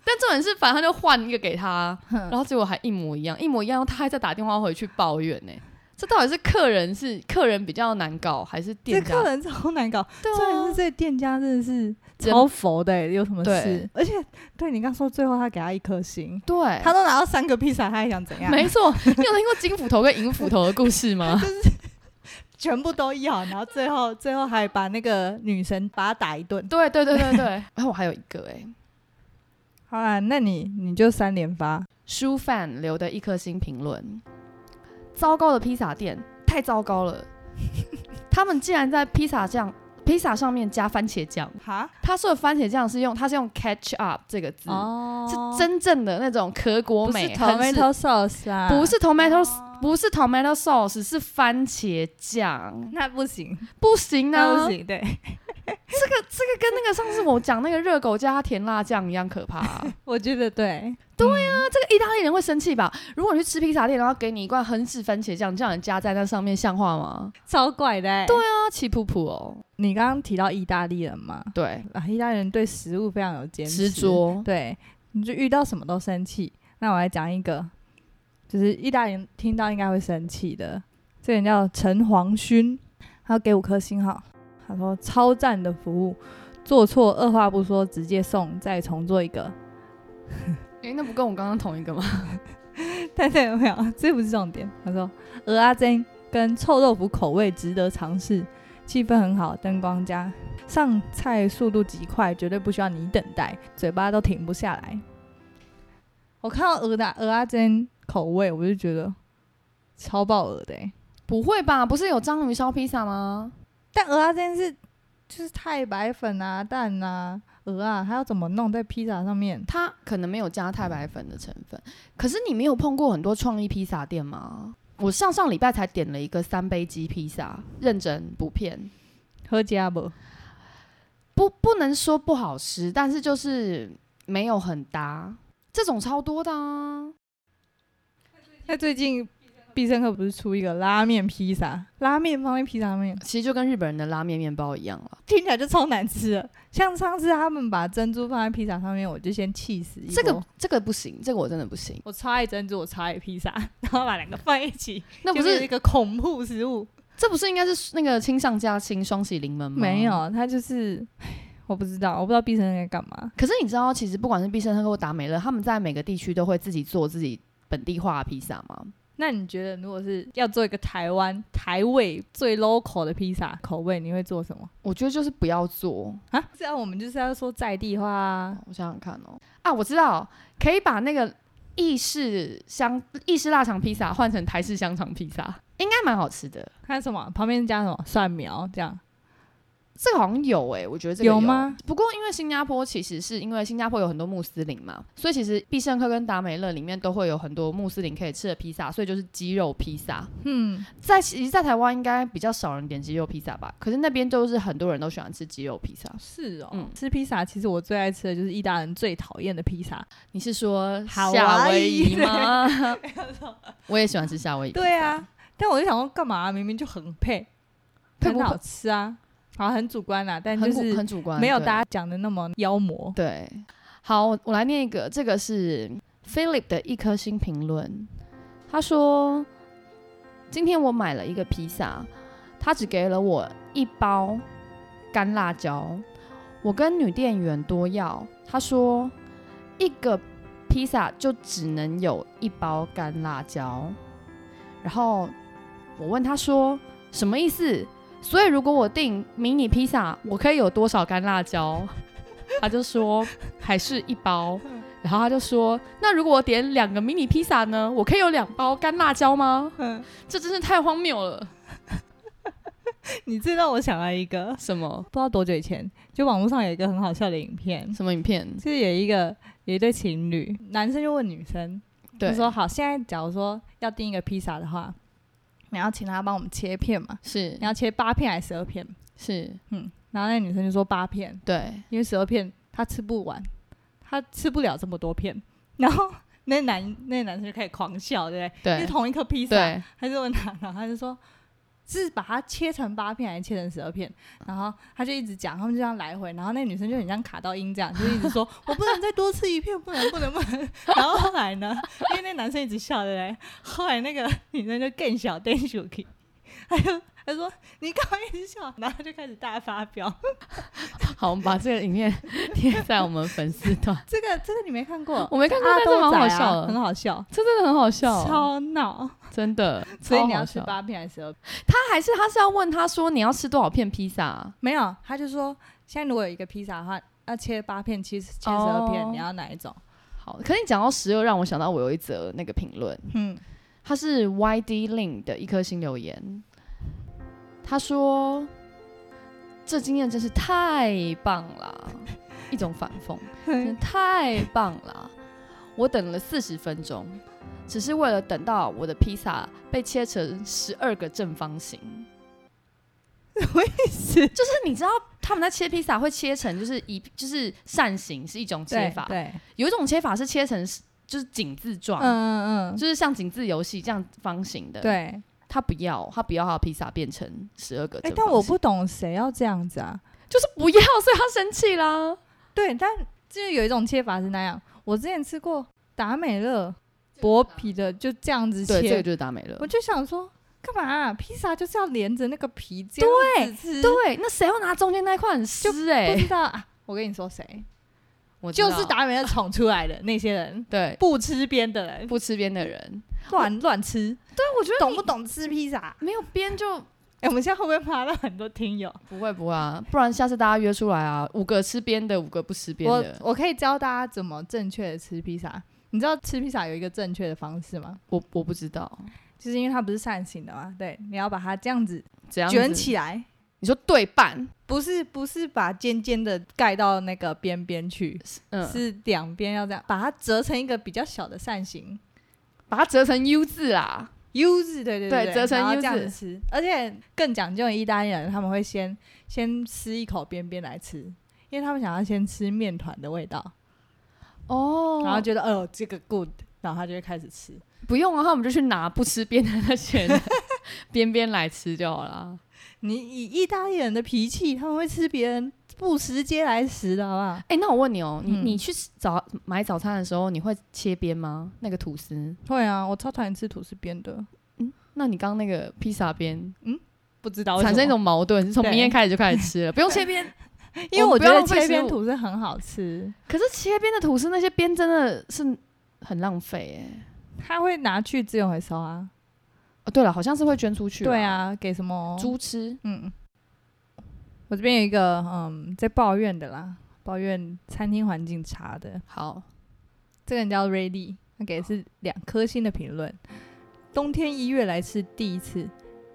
Speaker 3: 但这种人是，反正他就换一个给他，
Speaker 2: 哼
Speaker 3: 然后结果还一模一样，一模一样，他还在打电话回去抱怨呢、这到底是客人是客人比较难搞，还是
Speaker 2: 这
Speaker 3: 店家
Speaker 2: 客？人超难搞，
Speaker 3: 对
Speaker 2: 重点是
Speaker 3: 啊，
Speaker 2: 这店家真的是
Speaker 3: 人
Speaker 2: 超佛的、欸有什么事
Speaker 3: 对？
Speaker 2: 而且对你刚说最后他给他一颗星，
Speaker 3: 对，
Speaker 2: 他都拿到三个披萨，他还想怎样？
Speaker 3: 没错。你有听过金斧头跟银斧头的故事吗？
Speaker 2: 全部都要，然后最后 [laughs] 最后还把那个女神把他打一顿。
Speaker 3: 对对对对对。 [laughs] 然后我还有一个哎、
Speaker 2: 好啦，那你你就三连发，
Speaker 3: 书贩留的一颗星评论：糟糕的披萨店，太糟糕
Speaker 2: [laughs]
Speaker 3: 了！他们竟然在披萨酱、披萨上面加番茄酱。
Speaker 2: 哈
Speaker 3: 他说的番茄酱是用，他是用 ketchup 这个字，
Speaker 2: 哦
Speaker 3: 是真正的那种可果
Speaker 2: 不是
Speaker 3: 美，很
Speaker 2: tomato sauce 啊，
Speaker 3: 哦
Speaker 2: 哦
Speaker 3: 不是 tomato，、不是 tomato sauce，是番茄酱，
Speaker 2: 那不行，
Speaker 3: 不行
Speaker 2: 那
Speaker 3: 啊！
Speaker 2: 不行，对
Speaker 3: 这个这个跟那个上次我讲那个热狗加甜辣酱一样可怕、 [laughs]
Speaker 2: 我觉得对，对呀、
Speaker 3: 这个意大利人会生气吧？如果你去吃披萨店，然后给你一罐亨氏番茄酱，这样你加在那上面，像话吗？
Speaker 2: 超怪的、对啊，
Speaker 3: 啊，气噗噗哦，
Speaker 2: 你刚刚提到意大利人嘛，
Speaker 3: 对，
Speaker 2: 啊，意大利人对食物非常有坚持
Speaker 3: 执，着，
Speaker 2: 对，你就遇到什么都生气。那我来讲一个，就是意大利人听到应该会生气的，这个人叫陈黄勋，他给五颗星好，他说超赞的服务，做错二话不说直接送，再重做一个。
Speaker 3: 哎、那不跟我刚刚同一个吗？
Speaker 2: [laughs] 但是有没有？这不是重点。他说鹅阿珍跟臭豆腐口味值得尝试，气氛很好，灯光佳，上菜速度极快，绝对不需要你等待，嘴巴都停不下来。我看到鹅的鹅阿珍口味，我就觉得超爆鹅的、欸、
Speaker 3: 不会吧？不是有章鱼烧披萨吗？
Speaker 2: 但鹅阿珍是就是太白粉啊、蛋啊、鹅啊，它要怎么弄在披萨上面？
Speaker 3: 它可能没有加太白粉的成分，可是你没有碰过很多创意披萨店吗？我上上礼拜才点了一个三杯鸡披萨，认真不骗，
Speaker 2: 喝加不？
Speaker 3: 不不能说不好吃，但是就是没有很搭，这种超多的啊。
Speaker 2: 那最近必胜客不是出一个拉面披萨，拉面放在披萨上面，
Speaker 3: 其实就跟日本人的拉面面包一样了。
Speaker 2: 听起来就超难吃的。像上次他们把珍珠放在披萨上面，我就先气死一波。
Speaker 3: 这个这个不行，这个我真的不行。
Speaker 2: 我超爱珍珠，我超爱披萨， [laughs] 然后把两个放一 [laughs] 起，
Speaker 3: 那不
Speaker 2: 就是一个恐怖食物？
Speaker 3: 这不是应该是那个亲上加亲，双喜临门吗？
Speaker 2: 没。有，它就是，唉我不知道，我不知道必胜客在干嘛。
Speaker 3: 可是你知道，其实不管是必胜客或达美乐，他们在每个地区都会自己做自己本地化的披萨吗？
Speaker 2: 那你觉得，如果是要做一个台湾台味最 local 的披萨口味，你会做什么
Speaker 3: 我觉得就是不要做。
Speaker 2: 啊？这样我们就是要说在地化啊。
Speaker 3: 我想想看哦，啊，我知道，可以把那个意式香意式腊肠披萨换成台式香肠披萨，应该蛮好吃的。
Speaker 2: 还有什么？旁边加什么蒜苗这样？
Speaker 3: 这个好像有诶、我觉得这个
Speaker 2: 有吗？
Speaker 3: 不过因为新加坡其实是因为新加坡有很多穆斯林嘛，所以其实必胜客跟达美乐里面都会有很多穆斯林可以吃的披萨，所以就是鸡肉披萨。
Speaker 2: 嗯，
Speaker 3: 在其实，在台湾应该比较少人点鸡肉披萨吧，可是那边就是很多人都喜欢吃鸡肉披萨。
Speaker 2: 是哦。
Speaker 3: 嗯
Speaker 2: 吃披萨，其实我最爱吃的就是意大利人最讨厌的披萨。
Speaker 3: 你是说
Speaker 2: 夏
Speaker 3: 夏
Speaker 2: 威
Speaker 3: 威
Speaker 2: 夷
Speaker 3: 夷
Speaker 2: [laughs]
Speaker 3: 吗？我也喜欢吃夏威夷。
Speaker 2: 对，啊，但我就想说，干嘛、啊明明就很配，
Speaker 3: 配不
Speaker 2: 很好
Speaker 3: 配
Speaker 2: 吃啊。好，很主观啦，但就
Speaker 3: 很主
Speaker 2: 是
Speaker 3: 很主观，
Speaker 2: 没有
Speaker 3: 对
Speaker 2: 大家讲的那么
Speaker 3: [laughs]
Speaker 2: 妖魔。
Speaker 3: 对，好，我我来念一个，这个是 Philip 的一颗星评论，他说：“今天我买了一个披萨，他只给了我一包干辣椒，我跟女店员多要，他说一个披萨就只能有一包干辣椒，然后我问他说什么意思？”所以，如果我订迷你披萨，我可以有多少干辣椒？他就
Speaker 2: [laughs]
Speaker 3: 说还是一包，
Speaker 2: 嗯
Speaker 3: 然后他就说，那如果我点两个迷你披萨呢？我可以有两包干辣椒吗？
Speaker 2: 嗯，
Speaker 3: 这真是太荒谬了！
Speaker 2: 你知道我想到一个，
Speaker 3: 什么
Speaker 2: 不知道多久以前，就网络上有一个很好笑的影片，
Speaker 3: 什么影片？
Speaker 2: 就是有一个有一对情侣，男生就问女生，
Speaker 3: 对，
Speaker 2: 他说好，现在假如说要订一个披萨的话，你要请他帮我们切片嘛？
Speaker 3: 是
Speaker 2: 你要切八片还是十二片？
Speaker 3: 是，
Speaker 2: 嗯，然后那女生就说八片，
Speaker 3: 对，
Speaker 2: 因为十二片她吃不完，她吃不了这么多片。 [laughs] 然后那男那男生就开始狂笑，对不对？因为
Speaker 3: 对，
Speaker 2: 同一颗披萨，
Speaker 3: 对，
Speaker 2: 他就问他，然后他就说：“是把它切成八片还是切成十二片？然后他就一直讲，他们就这样来回，然后那女生就很像卡到音这样，就一直说我不能再多吃一片，不能不能不能。然后后来呢，因为那男生一直笑对不对？后来那个女生就更小 d a n s u k 他就他说你干嘛一直笑？然后他就开始大发飙。
Speaker 3: 好，我们把这个
Speaker 2: [laughs]
Speaker 3: 影片贴在我们粉丝团。
Speaker 2: 这个这个你没看过？
Speaker 3: 我没看过，
Speaker 2: 阿
Speaker 3: 但是蛮
Speaker 2: 豆仔
Speaker 3: 好
Speaker 2: 啊
Speaker 3: 笑的，
Speaker 2: 很好笑，
Speaker 3: 这真的很好笑，
Speaker 2: 超闹。
Speaker 3: 真的。
Speaker 2: 所以
Speaker 3: 超
Speaker 2: 你要
Speaker 3: 好
Speaker 2: 吃
Speaker 3: 笑
Speaker 2: 八片还是十二片？
Speaker 3: 他还是他是要问他说你要吃多少片披萨啊？
Speaker 2: 没有，他就说现在如果有一个披萨的话，要切八片，切切十二片，
Speaker 3: 哦
Speaker 2: 你要哪一种？
Speaker 3: 好，可是你讲到十二，让我想到我有一则那个评论，
Speaker 2: [laughs] 嗯，
Speaker 3: 他是 YD Lin 的一颗星留言，他说：“这经验真是太棒了，一种反 [laughs] 讽，真的太棒了。我等了四十分钟，只是为了等到我的披萨被切成十二个正方形。什么意思？就是你知道他们在切披萨会切成就是一就是扇形是一种切
Speaker 2: 对
Speaker 3: 法，
Speaker 2: 对，
Speaker 3: 有一种切法是切成就是井字状，
Speaker 2: 嗯嗯嗯，
Speaker 3: 就是像井字游戏这样方形的。，
Speaker 2: 对。
Speaker 3: 他不要，他不要他的披萨变成十二个
Speaker 2: 哎
Speaker 3: 正方形。，
Speaker 2: 但我不懂谁要这样子啊？
Speaker 3: 就是不要，所以他生气啦。
Speaker 2: 对，但就是有一种切法是那样，我之前吃过达美乐薄皮的，就这样子
Speaker 3: 对，这个
Speaker 2: 切，
Speaker 3: 就是达美乐
Speaker 2: 我。就想说。干嘛啊、披萨就是要连着那个皮这样子吃，
Speaker 3: 对，那谁要拿中间那一块很湿哎、
Speaker 2: 不知道啊！我跟你说谁，
Speaker 3: [laughs] 我知道
Speaker 2: 就是达美乐宠出来的那些人，
Speaker 3: 对
Speaker 2: 不吃边的人，
Speaker 3: 不吃边的人。
Speaker 2: 乱乱吃，
Speaker 3: 对，我觉得
Speaker 2: [laughs] 懂
Speaker 3: 你
Speaker 2: 不懂吃披萨、
Speaker 3: 没有边就
Speaker 2: 哎、我们现在会不会骂到很多听友？
Speaker 3: 不会不会啊，不然下次大家约出来啊，五个吃边的，五个不吃边
Speaker 2: 我
Speaker 3: 的。
Speaker 2: 我可以教大家怎么正确的吃披萨。你知道吃披萨有一个正确的方式吗？
Speaker 3: 我我不知道
Speaker 2: 就是因为它不是扇形的嘛，对，你要把它这样子
Speaker 3: 怎样子
Speaker 2: 卷。起来，
Speaker 3: 你说对半，
Speaker 2: 不是不是把尖尖的盖到那个边边去，
Speaker 3: 嗯，
Speaker 2: 是两边要这样把它折成一个比较小的扇形
Speaker 3: 把它折成 U 字啊啦。
Speaker 2: ，U 字，对对
Speaker 3: 对
Speaker 2: 对，
Speaker 3: 折成
Speaker 2: 然后
Speaker 3: U
Speaker 2: 这样
Speaker 3: 字
Speaker 2: 子吃。而且更讲究的意大利人，他们会先先吃一口边边来吃，因为他们想要先吃面团的味道。
Speaker 3: 哦
Speaker 2: 然后觉得哦这个 good，然后他就会开始吃。
Speaker 3: 不用啊，我们就去拿不吃边的那些人 [laughs] 边边来吃就好了。
Speaker 2: 你以意大利人的脾气，他们会吃别人不食嗟来食的好不好？
Speaker 3: 哎、那我问你哦，你、
Speaker 2: 嗯
Speaker 3: 你去吃早买早餐的时候，你会切边吗？那个吐司？
Speaker 2: 会啊，我超讨厌吃吐司边的，
Speaker 3: 那你刚刚那个披萨边
Speaker 2: 不知啊道为什
Speaker 3: 产生一
Speaker 2: 么，
Speaker 3: 种矛盾，是从
Speaker 2: 对
Speaker 3: 明天开始就开始吃了，不用切边。
Speaker 2: 因为
Speaker 3: 我
Speaker 2: 我
Speaker 3: 们不要
Speaker 2: 觉得
Speaker 3: 浪费
Speaker 2: 切
Speaker 3: 食
Speaker 2: 边
Speaker 3: 物
Speaker 2: 吐司很好吃，
Speaker 3: 可是切边的吐司那些边真的是很浪费哎、
Speaker 2: 他会拿去资源回收啊。
Speaker 3: 哦，对了，好像是会捐出去。
Speaker 2: 对，啊，给什么？
Speaker 3: 猪吃
Speaker 2: 嗯，我这边有一个嗯在抱怨的啦，抱怨餐厅环境差的。
Speaker 3: 好，
Speaker 2: 这个人叫 Ready，他给的是两颗星的评论。冬天一月来吃第一次，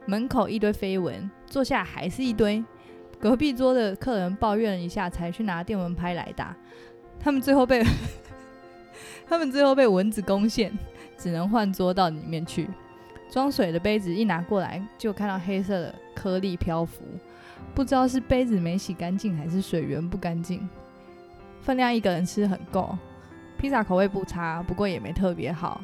Speaker 2: 门口一堆飞蚊，坐下还是一堆。隔壁桌的客人抱怨一下，才去拿电蚊拍来打。他们最后被 [laughs] 他们最后被蚊子攻陷，只能换桌到里面去。装水的杯子一拿过来，就看到黑色的颗粒漂浮，不知道是杯子没洗干净还是水源不干净。分量一个人吃很够，披萨口味不差，不过也没特别好。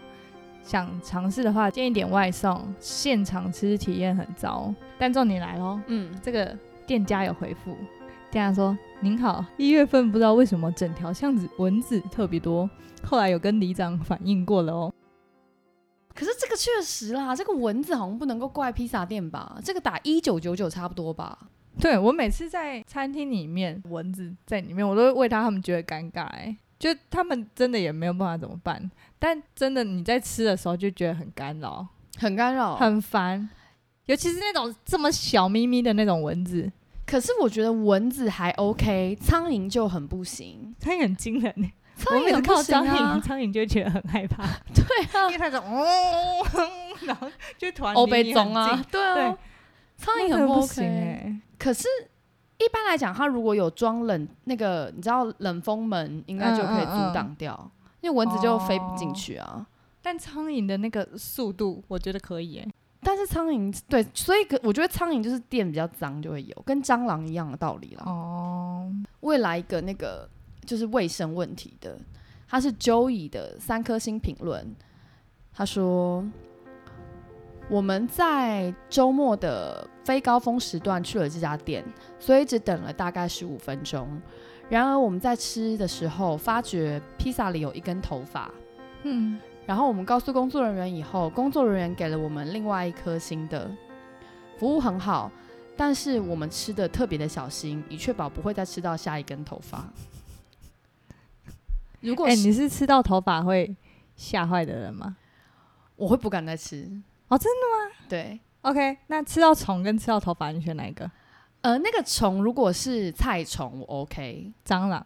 Speaker 2: 想尝试的话，建议点外送，现场吃体验很糟。但重点来喽，
Speaker 3: 嗯，
Speaker 2: 这个店家有回复，店家说：“您好，一月份不知道为什么整条巷子蚊子特别多，后来有跟里长反映过了哦。
Speaker 3: 可是这个确实啦，这个蚊子好像不能够怪披萨店吧？这个打一九九九差不多吧？
Speaker 2: 对我每次在餐厅里面，蚊子在里面，我都会为他他们觉得尴尬、欸，就他们真的也没有办法怎么办。但真的你在吃的时候就觉得很干扰。
Speaker 3: 很干扰，
Speaker 2: 很烦，尤其是那种这么小咪咪的那种蚊子，
Speaker 3: 可是我觉得蚊子还 OK，苍蝇就很不行。
Speaker 2: 它很惊人欸。
Speaker 3: 苍
Speaker 2: 我每
Speaker 3: 蝇
Speaker 2: 次
Speaker 3: 很不
Speaker 2: 看到
Speaker 3: 行
Speaker 2: 苍蝇，
Speaker 3: 啊，
Speaker 2: 苍蝇就会觉得很害 [laughs] 怕，因
Speaker 3: 对
Speaker 2: 为
Speaker 3: 啊，
Speaker 2: 它就哦，然后就突然
Speaker 3: 欧
Speaker 2: 离
Speaker 3: 贝
Speaker 2: 你很
Speaker 3: 棕啊
Speaker 2: 近，，
Speaker 3: 对啊
Speaker 2: 对，
Speaker 3: 苍
Speaker 2: 那
Speaker 3: 蝇
Speaker 2: 真
Speaker 3: 很欸
Speaker 2: 的不
Speaker 3: OK。
Speaker 2: 行哎。
Speaker 3: 可是，一般来讲，它如果有装冷那个，你知道冷风门，应该就可以阻挡掉，因为蚊子就飞不进去啊。
Speaker 2: 但苍蝇的那个速度，我觉得可以哎。
Speaker 3: 但是苍蝇对，所以可我觉得苍蝇就是电比较脏就会有，跟蟑螂一样的道理啦。
Speaker 2: 哦，
Speaker 3: 未来一个那个就是卫生问题的，他是 Joey 的三颗星评论，他说：“我们在周末的非高峰时段去了这家店，所以只等了大概十五分钟。然而我们在吃的时候，发觉披萨里有一根头发。
Speaker 2: 嗯，
Speaker 3: 然后我们告诉工作人员以后，工作人员给了我们另外一颗新的，服务很好，但是我们吃的特别的小心，以确保不会再吃到下一根头发。 [laughs] 如果
Speaker 2: 哎、
Speaker 3: 是、
Speaker 2: 你是吃到头发会吓坏的人吗
Speaker 3: 我会不敢再吃
Speaker 2: 哦真
Speaker 3: 的吗？对，
Speaker 2: ？OK，那吃到虫跟吃到头发，你选哪一个？
Speaker 3: 呃，那个虫如果是菜虫，我 OK，
Speaker 2: 蟑螂？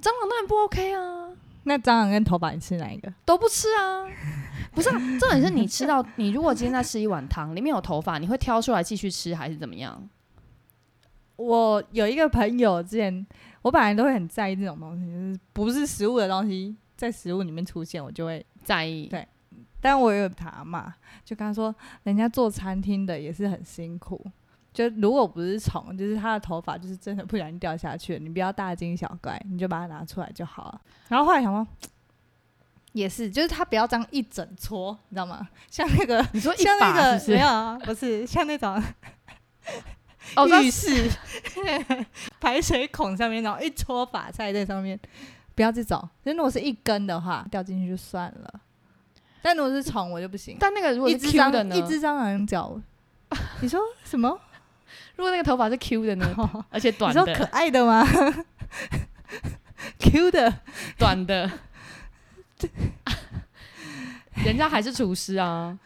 Speaker 3: 蟑螂当然不 OK 啊，
Speaker 2: 那蟑螂跟头发，你吃哪一个？
Speaker 3: 都不吃啊。不是啊，重点是你吃到，你如果今天在吃一碗汤，里面有头发，你会挑出来继续吃还是怎么样？
Speaker 2: 我有一个朋友，之前我本来都会很在意这种东西，就是不是食物的东西在食物里面出现，我就会。
Speaker 3: 在意
Speaker 2: 对但我有他嘛，就跟他说，人家做餐厅的也是很辛苦，就如果不是虫，就是他的头发就是真的不小心掉下去了，你不要大惊小怪，你就把它拿出来就好了。然后后来想说，也是，就是他不要这样一整撮，你知道吗？ [laughs] 像那个
Speaker 3: 你说一
Speaker 2: 像那
Speaker 3: 把
Speaker 2: 个
Speaker 3: 是不
Speaker 2: 没
Speaker 3: 是？
Speaker 2: 有啊，不是像那种
Speaker 3: 哦，那
Speaker 2: 浴室 [laughs] 排水孔上面，然后一撮发菜在上面，不要这种。就如果是一根的话，掉进去就算了，但如果是虫，我就不行。
Speaker 3: 但那个如果
Speaker 2: 一
Speaker 3: 是
Speaker 2: 只
Speaker 3: Q 的
Speaker 2: 蟑
Speaker 3: 呢？
Speaker 2: 一只蟑螂脚，你说什么？
Speaker 3: 如果那个头发是 Q 的呢？而且短
Speaker 2: 哦你说可
Speaker 3: 的，
Speaker 2: 爱的吗 [laughs] ？Q 的，
Speaker 3: 短的， [laughs] 人家还是厨师啊。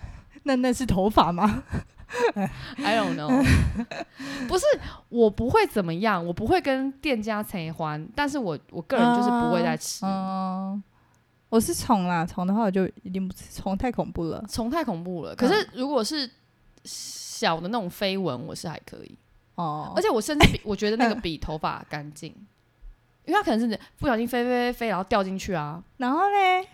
Speaker 2: 那那是头发吗？
Speaker 3: I don't know，不是我不会怎么样，我不会跟店家拆欢，但是我我个人就是不会再吃，
Speaker 2: 嗯，我是虫啦，虫的话我就一定不吃，虫太恐怖了。
Speaker 3: 虫、太恐怖了。可是如果是小的那种飞蚊，我是还可以，
Speaker 2: 哦，
Speaker 3: 而且我甚至比我觉得那个比头发干净，因为它可能是不小心飞飞飞飞，然后掉进去啊，
Speaker 2: 然后嘞，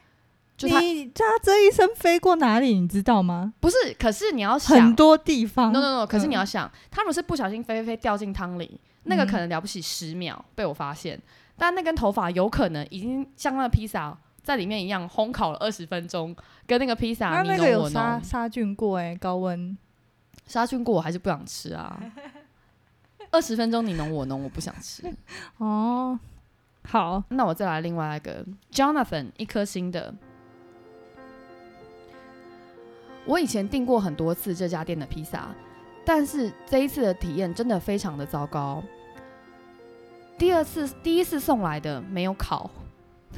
Speaker 3: 就它
Speaker 2: 你它这一生飞过哪里，你知道吗？
Speaker 3: 不是，可是你要想
Speaker 2: 很多地方
Speaker 3: No no no！可是
Speaker 2: 嗯
Speaker 3: 你要想，他如果是不小心飞飞飞掉进汤里，那个
Speaker 2: 嗯
Speaker 3: 可能了不起十秒被我发现，但那根头发有可能已经像那个披萨在里面一样烘烤了二十分钟，跟啊那个披萨
Speaker 2: 它
Speaker 3: 你
Speaker 2: 那
Speaker 3: 侬
Speaker 2: 个有
Speaker 3: 我
Speaker 2: 杀
Speaker 3: 侬。
Speaker 2: 杀菌过哎、高温。
Speaker 3: 杀菌过我还是不想吃 [laughs] 啊，二十分钟你侬我侬，我不想吃。
Speaker 2: 哦，好，
Speaker 3: 那我再来另外一个 Jonathan 一颗星的。我以前订过很多次这家店的披萨，但是这一次的体验真的非常的糟糕。第二次第一次送来的没有烤， [laughs]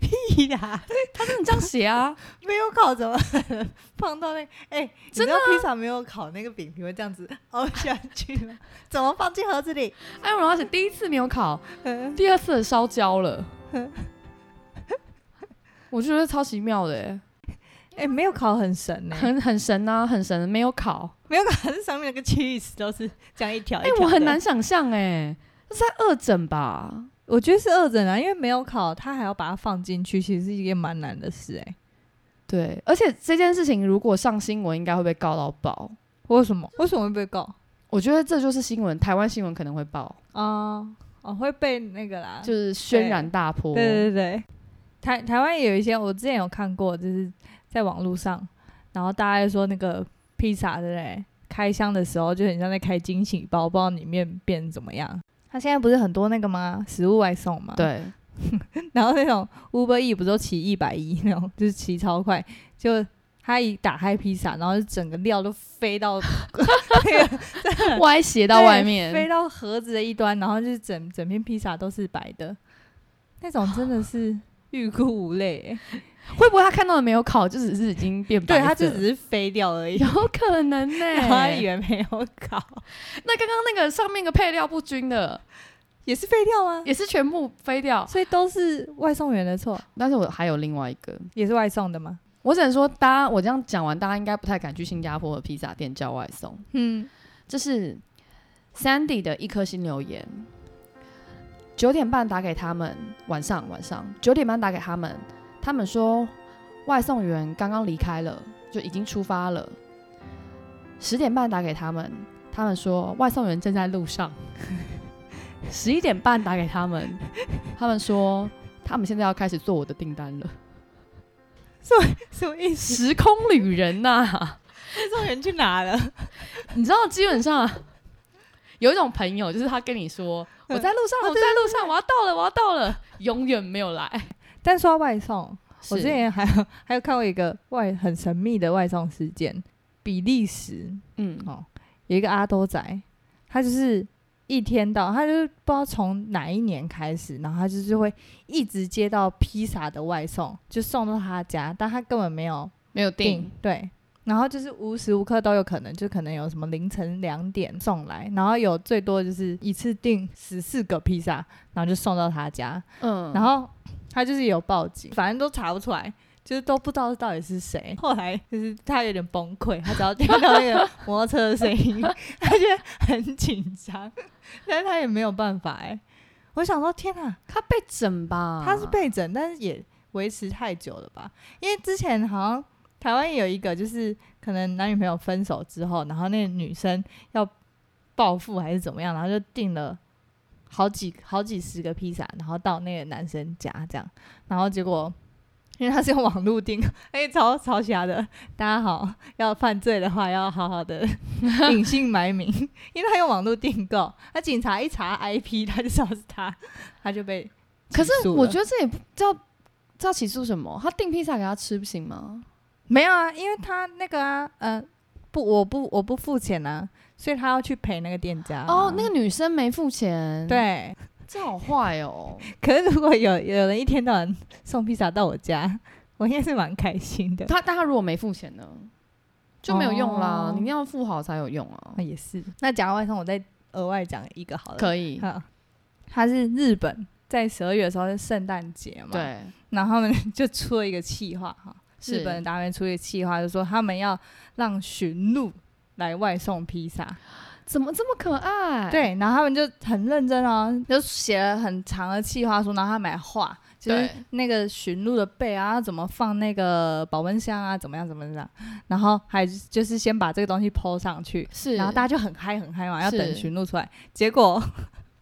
Speaker 2: 屁哎呀，
Speaker 3: 他真的这样写啊？
Speaker 2: 没有烤怎么 [laughs] 放到那？哎、你知道披萨没有烤那个饼皮会这样子凹下去吗？ [laughs] 怎么放进盒子里？
Speaker 3: 哎，我要写第一次没有烤，
Speaker 2: 嗯
Speaker 3: 第二次的烧焦了，我觉得超奇妙的欸，
Speaker 2: 哎、没有烤很神呢、
Speaker 3: 很很神啊，很神，没有烤。
Speaker 2: 没有烤还是上面那个 cheese 都是这样一条一
Speaker 3: 哎
Speaker 2: 条。，
Speaker 3: 我很难，想象哎，这是在二整吧？
Speaker 2: 我觉得是二整啊，因为没有烤，它还要把它放进去，其实是一件蛮难的事哎、
Speaker 3: 对，而且这件事情如果上新闻，应该会被告到爆。
Speaker 2: 为什么？为什么会被告？
Speaker 3: 我觉得这就是新闻，台湾新闻可能会报，
Speaker 2: 啊、哦，会被那个啦，
Speaker 3: 就是轩然大波。
Speaker 2: 啊对对对，台台湾也有一些，我之前有看过，就是在网络上，然后大家就说那个披萨对不对？开箱的时候就很像在开惊喜包，不知道里面变怎么样。它现在不是很多那个吗？食物外送吗？。
Speaker 3: 对
Speaker 2: 然后那种 Uber E 不都骑一百一那种，就是骑超快，就他一打开披萨，然后就整个料都飞到 [laughs] 那个
Speaker 3: 歪斜到
Speaker 2: 嗯对
Speaker 3: 外
Speaker 2: 飞
Speaker 3: 面，
Speaker 2: 到盒子的一端，然后就是整整片披萨都是白的，那种真的是欲哭无泪欸、
Speaker 3: 会不会他看到的没有烤，就只是已经变白
Speaker 2: 对，
Speaker 3: 色？
Speaker 2: 它就只是哎飞掉而已，
Speaker 3: 有可能
Speaker 2: [laughs]
Speaker 3: 呢、
Speaker 2: 然后他以为没有烤，
Speaker 3: 那刚刚那个上面的配料不均的，
Speaker 2: [laughs] 也是飞掉啊吗？
Speaker 3: 也是全部飞掉。
Speaker 2: 所以都是外送员的错，
Speaker 3: 但是我还有另外一个，
Speaker 2: 也是外送的吗？
Speaker 3: 我只能说，大家我这样讲完，大家应该不太敢去新加坡的披萨店叫外送。
Speaker 2: 嗯，
Speaker 3: 这是 Sandy 的一颗星留言。九点半打给他们，晚上晚上九点半打给他们，他们说外送员刚刚离开了，就已经出发了。十点半打给他们，他们说外送员正在路上。 [laughs] 十一点半打给他们，他们说他们现在要开始做我的订单了。
Speaker 2: 什么意思？
Speaker 3: 时空旅人呐、
Speaker 2: 这种人去哪了？
Speaker 3: 你知道，基本上 [laughs] 有一种朋友，就是他跟你说：“我在路上，我在路上，我要到了，我要到了。”永远没有来。
Speaker 2: [laughs]
Speaker 3: [laughs]
Speaker 2: 但说到外送，我
Speaker 3: 是
Speaker 2: 之前还有还有看过一个外很神秘的外送事件，比利时
Speaker 3: 嗯
Speaker 2: 有一个阿多仔，他就是一天到他就是不知道从哪一年开始，然后他就是会一直接到披萨的外送，就送到他家，但他根本没有
Speaker 3: 没有
Speaker 2: 定
Speaker 3: 定，
Speaker 2: 对。然后就是无时无刻都有可能，就可能有什么凌晨两点送来，然后有最多就是一次订十四个披萨，然后就送到他家，
Speaker 3: 嗯，
Speaker 2: 然后他就是有报警，反正都查不出来，就是都不知道到底是谁。后来就是他有点崩溃，他只要听到那个摩托车的声音， [laughs] 他就很紧张， [laughs] 但是他也没有办法哎、我想说，天哪，
Speaker 3: 他被整吧？
Speaker 2: 他是被整，但是也维持太久了吧？因为之前好像台湾有一个，就是可能男女朋友分手之后，然后那个女生要报复还是怎么样，然后就订了好几好几十个披萨，然后到那个男生家这样，然后结果。因为他是用网络订， [laughs] 哎、超超瞎的。大家好，要犯罪的话，要好
Speaker 3: [laughs]
Speaker 2: 好的隐姓埋名，因为他用网络订购，那警察一查 IP，他就知道是他，他就被
Speaker 3: 可
Speaker 2: 起
Speaker 3: 是
Speaker 2: 诉
Speaker 3: 我
Speaker 2: 了
Speaker 3: 觉得这也不知道知道起诉什么？他订披萨给他吃不行吗？
Speaker 2: 没有啊，因为他那个啊，呃，不，我不，我不付钱啊，所以他要去赔那个店家啊、
Speaker 3: 哦，那个女生没付钱，，
Speaker 2: 对。 [laughs]
Speaker 3: 这好坏哦。
Speaker 2: 可是如果有有人一天到晚送披萨到我家， [laughs] 我应该是蛮开心
Speaker 3: [laughs]
Speaker 2: 的。
Speaker 3: 他但他如果没付钱呢，就没有用啦。
Speaker 2: 哦
Speaker 3: 你一定要付好才有用啊
Speaker 2: 那、。也是。那讲到外送，我再额外讲一个好了。
Speaker 3: 可以，
Speaker 2: 好，他是日本，在十二月的时候是圣诞节嘛，。
Speaker 3: 对，
Speaker 2: 然后他们就出了一个企划哈，
Speaker 3: 是
Speaker 2: 日本的达人出了一个企划，就说他们要让驯鹿来外送披萨。
Speaker 3: 怎么这么可爱？，
Speaker 2: 对，然后他们就很认真哦，就写了很长的企划书，然后他买画，就是
Speaker 3: 对
Speaker 2: 那个驯鹿的背啊，要怎么放那个保温箱啊，怎么样怎么样，然后还就是先把这个东西抛上去，
Speaker 3: 是，
Speaker 2: 然后大家就很嗨很嗨嘛，要等
Speaker 3: 是
Speaker 2: 驯鹿出来，结果 [laughs]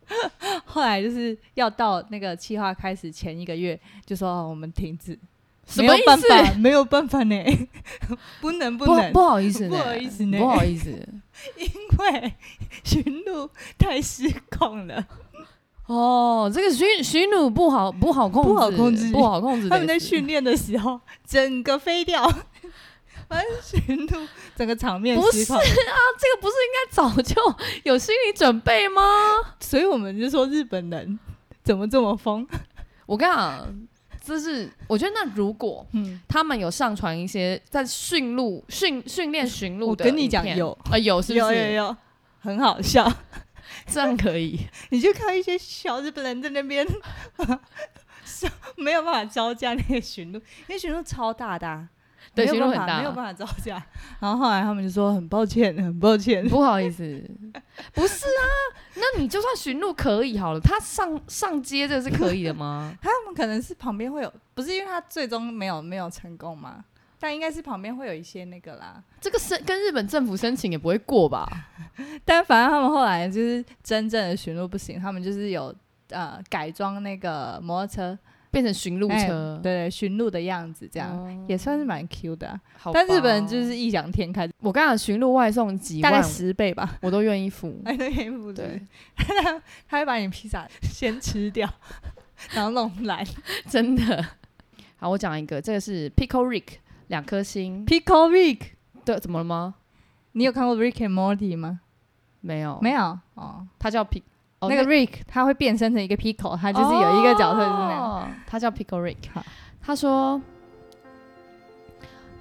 Speaker 2: 后来就是要到那个企划开始前一个月，就说、哦我们停止，
Speaker 3: 什
Speaker 2: 没
Speaker 3: 么
Speaker 2: 有
Speaker 3: 意
Speaker 2: 办
Speaker 3: 思？
Speaker 2: 法，没有办法呢， [laughs] 不能不
Speaker 3: 不
Speaker 2: 能，
Speaker 3: 不好意思呢，
Speaker 2: 不好意思呢
Speaker 3: 不好意
Speaker 2: [laughs]
Speaker 3: 思。
Speaker 2: 因为驯鹿太失控了。
Speaker 3: 哦，这个驯驯鹿不好不好控制，
Speaker 2: 不好控制
Speaker 3: 不好控制得死。
Speaker 2: 他们在训练的时候，整个飞掉， [laughs] 完全都整个场面
Speaker 3: 不
Speaker 2: 失
Speaker 3: 是
Speaker 2: 控
Speaker 3: 啊。，这个不是应该早就有心理准备吗？
Speaker 2: 所以我们就说日本人怎么这么疯？
Speaker 3: 我跟你讲，这是我觉得，那如果
Speaker 2: [laughs] 嗯，
Speaker 3: 他们有上传一些在驯鹿训训练驯鹿
Speaker 2: [laughs] 我
Speaker 3: 的
Speaker 2: 跟你
Speaker 3: 影
Speaker 2: 讲
Speaker 3: 片
Speaker 2: 有
Speaker 3: 啊、有是不是？
Speaker 2: 有有有，很好笑。
Speaker 3: 这样可以。
Speaker 2: [laughs] 你就看到一些小日本人在那边 [laughs] 是没有办法招架那个驯鹿，因为驯鹿超大的、啊。
Speaker 3: 对
Speaker 2: 没有
Speaker 3: 驯鹿
Speaker 2: 办
Speaker 3: 很
Speaker 2: 法
Speaker 3: 大
Speaker 2: 没有办法招架。然后后来他们就说很抱歉，很抱歉。
Speaker 3: 不好意思，不是啊，那你就算驯鹿可以好了，他上上街这是可以的
Speaker 2: [laughs]
Speaker 3: 吗？
Speaker 2: 他们可能是旁边会有，不是因为他最终没有没有成功嘛，但应该是旁边会有一些那个啦。
Speaker 3: 这个申跟日本政府申请也不会过吧？
Speaker 2: 但反正他们后来就是真正的驯鹿不行，他们就是有呃改装那个摩托车
Speaker 3: 变成驯鹿
Speaker 2: 哎
Speaker 3: 车，
Speaker 2: 对对，驯鹿的样子这样。
Speaker 3: 哦
Speaker 2: 也算是蛮 Q 的啊、
Speaker 3: 好吧。
Speaker 2: 但日本人就是异想天开，
Speaker 3: 我刚讲驯鹿外送几
Speaker 2: 大概
Speaker 3: 万，
Speaker 2: 十倍吧。
Speaker 3: 我都愿意付。
Speaker 2: 哎，那也不 [laughs] 对
Speaker 3: 对，，
Speaker 2: 他他会把你披萨先吃 [laughs] 掉，然后弄烂。
Speaker 3: [laughs] 真的。好，我讲一个，这个是 Pickle Rick 两颗星。
Speaker 2: Pickle Rick，
Speaker 3: 对，怎么了吗？
Speaker 2: 你有看过 Rick and Morty 吗？
Speaker 3: 没有，
Speaker 2: 没有哦，
Speaker 3: 他叫 Pick，、哦、
Speaker 2: 那个 Rick 他会变身成一个 Pickle，他就是有一个角色是那样。
Speaker 3: 哦他叫 Pickle Rick
Speaker 2: 好。
Speaker 3: 他说，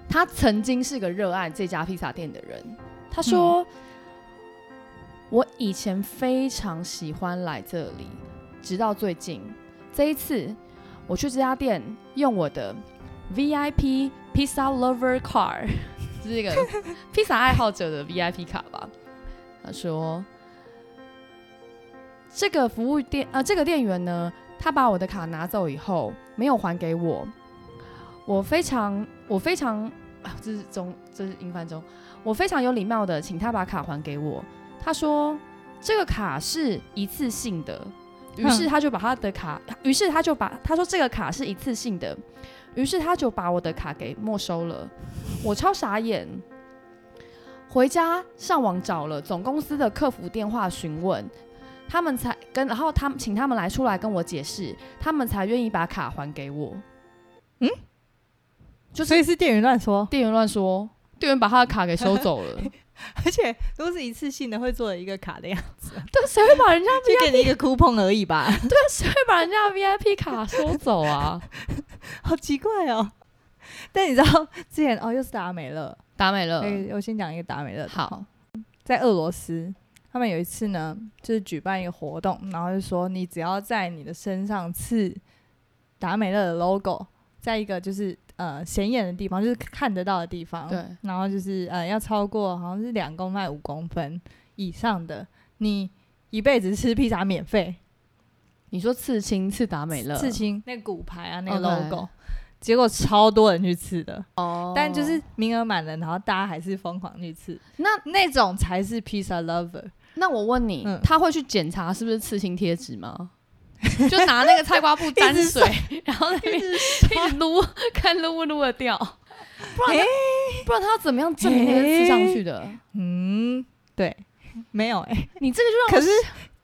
Speaker 3: 他曾经是个热爱这家披萨店的人。他说，我以前非常喜欢来这里，直到最近这一次，我去这家店用我的 VIP Pizza Lover Card，是 [laughs] 这个披萨爱好者的 VIP 卡吧。他说，这个服务店呃，这个店员呢，他把我的卡拿走以后，没有还给我，我非常，我非常，啊、这是中，这是英翻中，我非常有礼貌的请他把卡还给我。他说这个卡是一次性的，于是
Speaker 2: 嗯
Speaker 3: 他就把他的卡，于是他就把他说这个卡是一次性的，于是他就把我的卡给没收了，我超傻眼。回家上网找了总公司的客服电话询问，他们才跟，然后他们请他们来出来跟我解释，他们才愿意把卡还给我。
Speaker 2: 就所以是店员乱说，
Speaker 3: 店员乱说，店员把他的卡给收走 [laughs] 了，
Speaker 2: [laughs] 而且都是一次性的会做了一个卡的样子，
Speaker 3: 但谁会把人家
Speaker 2: 就给你一个 coupon 而已吧，
Speaker 3: 谁会把人家的 VIP 卡收走 [laughs] 啊？
Speaker 2: [laughs] 好奇怪哦。但你知道之前哦，又是达美乐，
Speaker 3: 达美乐，
Speaker 2: 哎，我先讲一个达美乐的。
Speaker 3: 好，
Speaker 2: 在俄罗斯，他们有一次呢，就是举办一个活动，然后就说你只要在你的身上刺达美乐的 logo，在一个就是呃显眼的地方，就是看得到的地方，
Speaker 3: 对，
Speaker 2: 然后就是呃要超过好像是两公分、还是五公分以上的，你一辈子吃披萨免费，
Speaker 3: 你说刺青刺达美乐，
Speaker 2: 刺青那个骨牌啊，那个
Speaker 3: OK
Speaker 2: logo。结果超多人去刺的，
Speaker 3: 哦
Speaker 2: 但就是名额满了，然后大家还是疯狂去刺。
Speaker 3: 那
Speaker 2: 那种才是披萨 lover，
Speaker 3: 那我问你，
Speaker 2: 嗯
Speaker 3: 他会去检查是不是刺青贴纸吗？ [laughs] 就拿那个菜瓜布 [laughs] 沾水，然后在那边一直哎撸，看撸不撸得 [laughs] 掉。不然他、不然他要怎么样证明那个是刺上去的？
Speaker 2: 嗯，对，没有哎、
Speaker 3: 你这个就让我
Speaker 2: 可是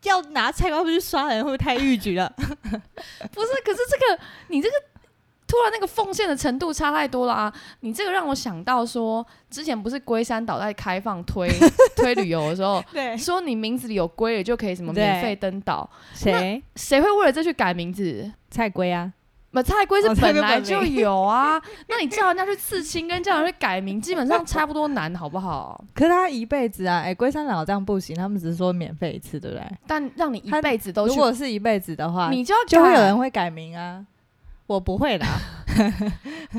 Speaker 2: 要拿菜瓜布去刷人，会不会太逾矩
Speaker 3: [laughs]
Speaker 2: 了？
Speaker 3: 不是，可是这个你这个突然那个奉献的程度差太多了啊！你这个让我想到说，之前不是龟山岛在开放
Speaker 2: [laughs]
Speaker 3: 推推旅游的时候，
Speaker 2: 对，
Speaker 3: 说你名字里有龟了就可以什么
Speaker 2: 哎对
Speaker 3: 免费登岛，
Speaker 2: 谁？
Speaker 3: 谁会为了这去改名字？
Speaker 2: 菜龟啊？
Speaker 3: 那菜龟是
Speaker 2: 哦菜
Speaker 3: 本
Speaker 2: 龟
Speaker 3: 来
Speaker 2: 本
Speaker 3: 就
Speaker 2: 名
Speaker 3: 有啊，那你叫人家去刺青跟叫人去改名，基本上差不多难，好不好？
Speaker 2: 可是他一辈子啊，哎、龟山老这样不行，他们只是说免费一次，对不对？
Speaker 3: 但让你一
Speaker 2: 他
Speaker 3: 辈子都
Speaker 2: 如
Speaker 3: 去，
Speaker 2: 果是一辈子的话，
Speaker 3: 你就要
Speaker 2: 就会
Speaker 3: 改
Speaker 2: 有人会改名啊。我不会啦，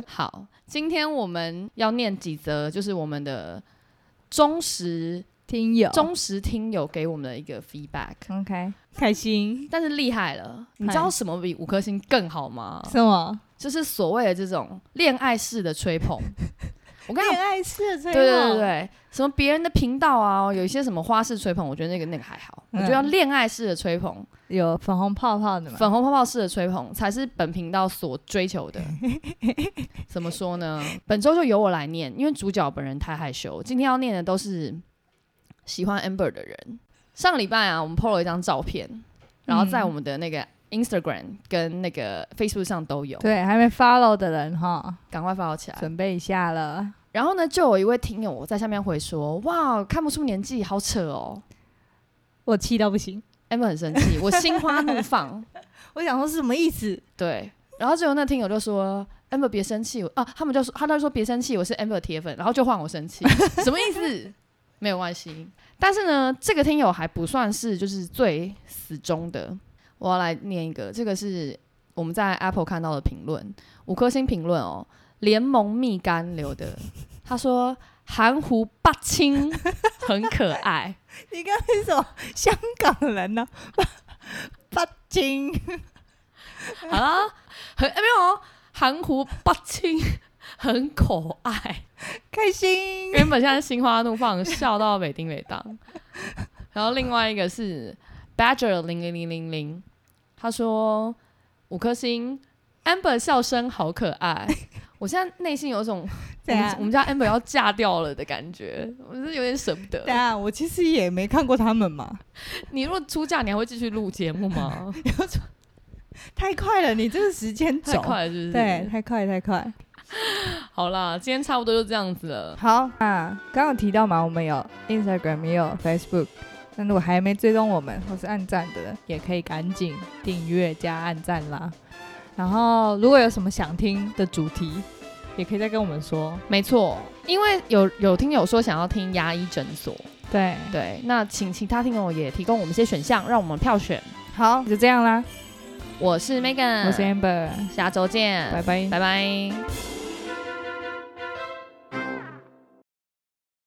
Speaker 3: 好，今天我们要念几则，就是我们的忠实
Speaker 2: 听友
Speaker 3: 忠实听友给我们的一个 feedback，
Speaker 2: OK，开心
Speaker 3: 但是厉害了，你知道什么比五颗星更好吗？
Speaker 2: 什么？
Speaker 3: 就是所谓的这种恋爱式的吹捧。我跟你
Speaker 2: 恋
Speaker 3: 讲，
Speaker 2: 爱式的
Speaker 3: 对
Speaker 2: 吹
Speaker 3: 对对
Speaker 2: 捧
Speaker 3: 对，什么别人的频道啊，有一些什么花式吹捧，我觉得那个那个还好，我觉得要恋爱式的吹捧，
Speaker 2: 有粉红泡泡的嘛？
Speaker 3: 粉红泡泡式的吹捧才是本频道所追求的。怎么说呢？本周就由我来念，因为主角本人太害羞。今天要念的都是喜欢 Amber 的人。上个礼拜啊，我们 PO 了一张照片，然后在我们的那个 Instagram 跟那个 Facebook 上都有，
Speaker 2: 对，还没 follow 的人哈，
Speaker 3: 赶快 follow 起来。
Speaker 2: 准备一下了。
Speaker 3: 然后呢，就有一位听友我在下面回说：“哇，看不出年纪，好扯哦。
Speaker 2: 我气到不行，
Speaker 3: ”Amber 很生气，我心花怒放。
Speaker 2: 我想说是什么意思？
Speaker 3: 对，然后就有那听友就说 Amber 别生气我啊，他们就说他就说别生气，我是 Amber 铁粉，然后就换我生气，什么意思？没有关系。但是呢，这个听友还不算是就是最死忠的。我要来念一个，这个是我们在 Apple 看到的评论，五颗星评论哦，联盟蜜柑留的。他说含糊八清很可爱，
Speaker 2: 你刚才是什么香港人 [laughs] 呢、八八金，
Speaker 3: 好啦，很、哎没有哦，含糊八清很可爱。
Speaker 2: 开 [laughs] 心。
Speaker 3: 原本现在心花怒放，笑到北丁北当。然后另外一个是 Badger 零零零零零，他说五颗星，Amber 笑声好可
Speaker 2: [laughs]
Speaker 3: 爱。我现在内心有一种我
Speaker 2: 对
Speaker 3: 们
Speaker 2: 啊
Speaker 3: 我，们家 Amber 要嫁掉了的感觉，我是有点舍不
Speaker 2: 对
Speaker 3: 得。
Speaker 2: 啊，我其实也没看过他们嘛，
Speaker 3: 你如果出嫁，你还会继续录节目
Speaker 2: [laughs]
Speaker 3: 吗？
Speaker 2: 太快了，你这个时间
Speaker 3: 太
Speaker 2: 走，
Speaker 3: 快了，是不是？
Speaker 2: 对，，太快太快。
Speaker 3: 好啦，今天差不多就这样子了。
Speaker 2: 好，那刚刚有提到嘛，我们有 Instagram 也有 Facebook。那如果还没追踪我们或是按赞的人，也可以赶紧订阅加按赞啦。然后如果有什么想听的主题，也可以再跟我们说。
Speaker 3: 没错，因为有有听友说想要听牙医诊所，
Speaker 2: 对对，
Speaker 3: 对，那请其他听友也提供我们一些选项，让我们票选。
Speaker 2: 好，就这样啦。
Speaker 3: 我是 Megan，
Speaker 2: 我是 Amber，
Speaker 3: 下周见，
Speaker 2: 拜拜。
Speaker 3: 拜拜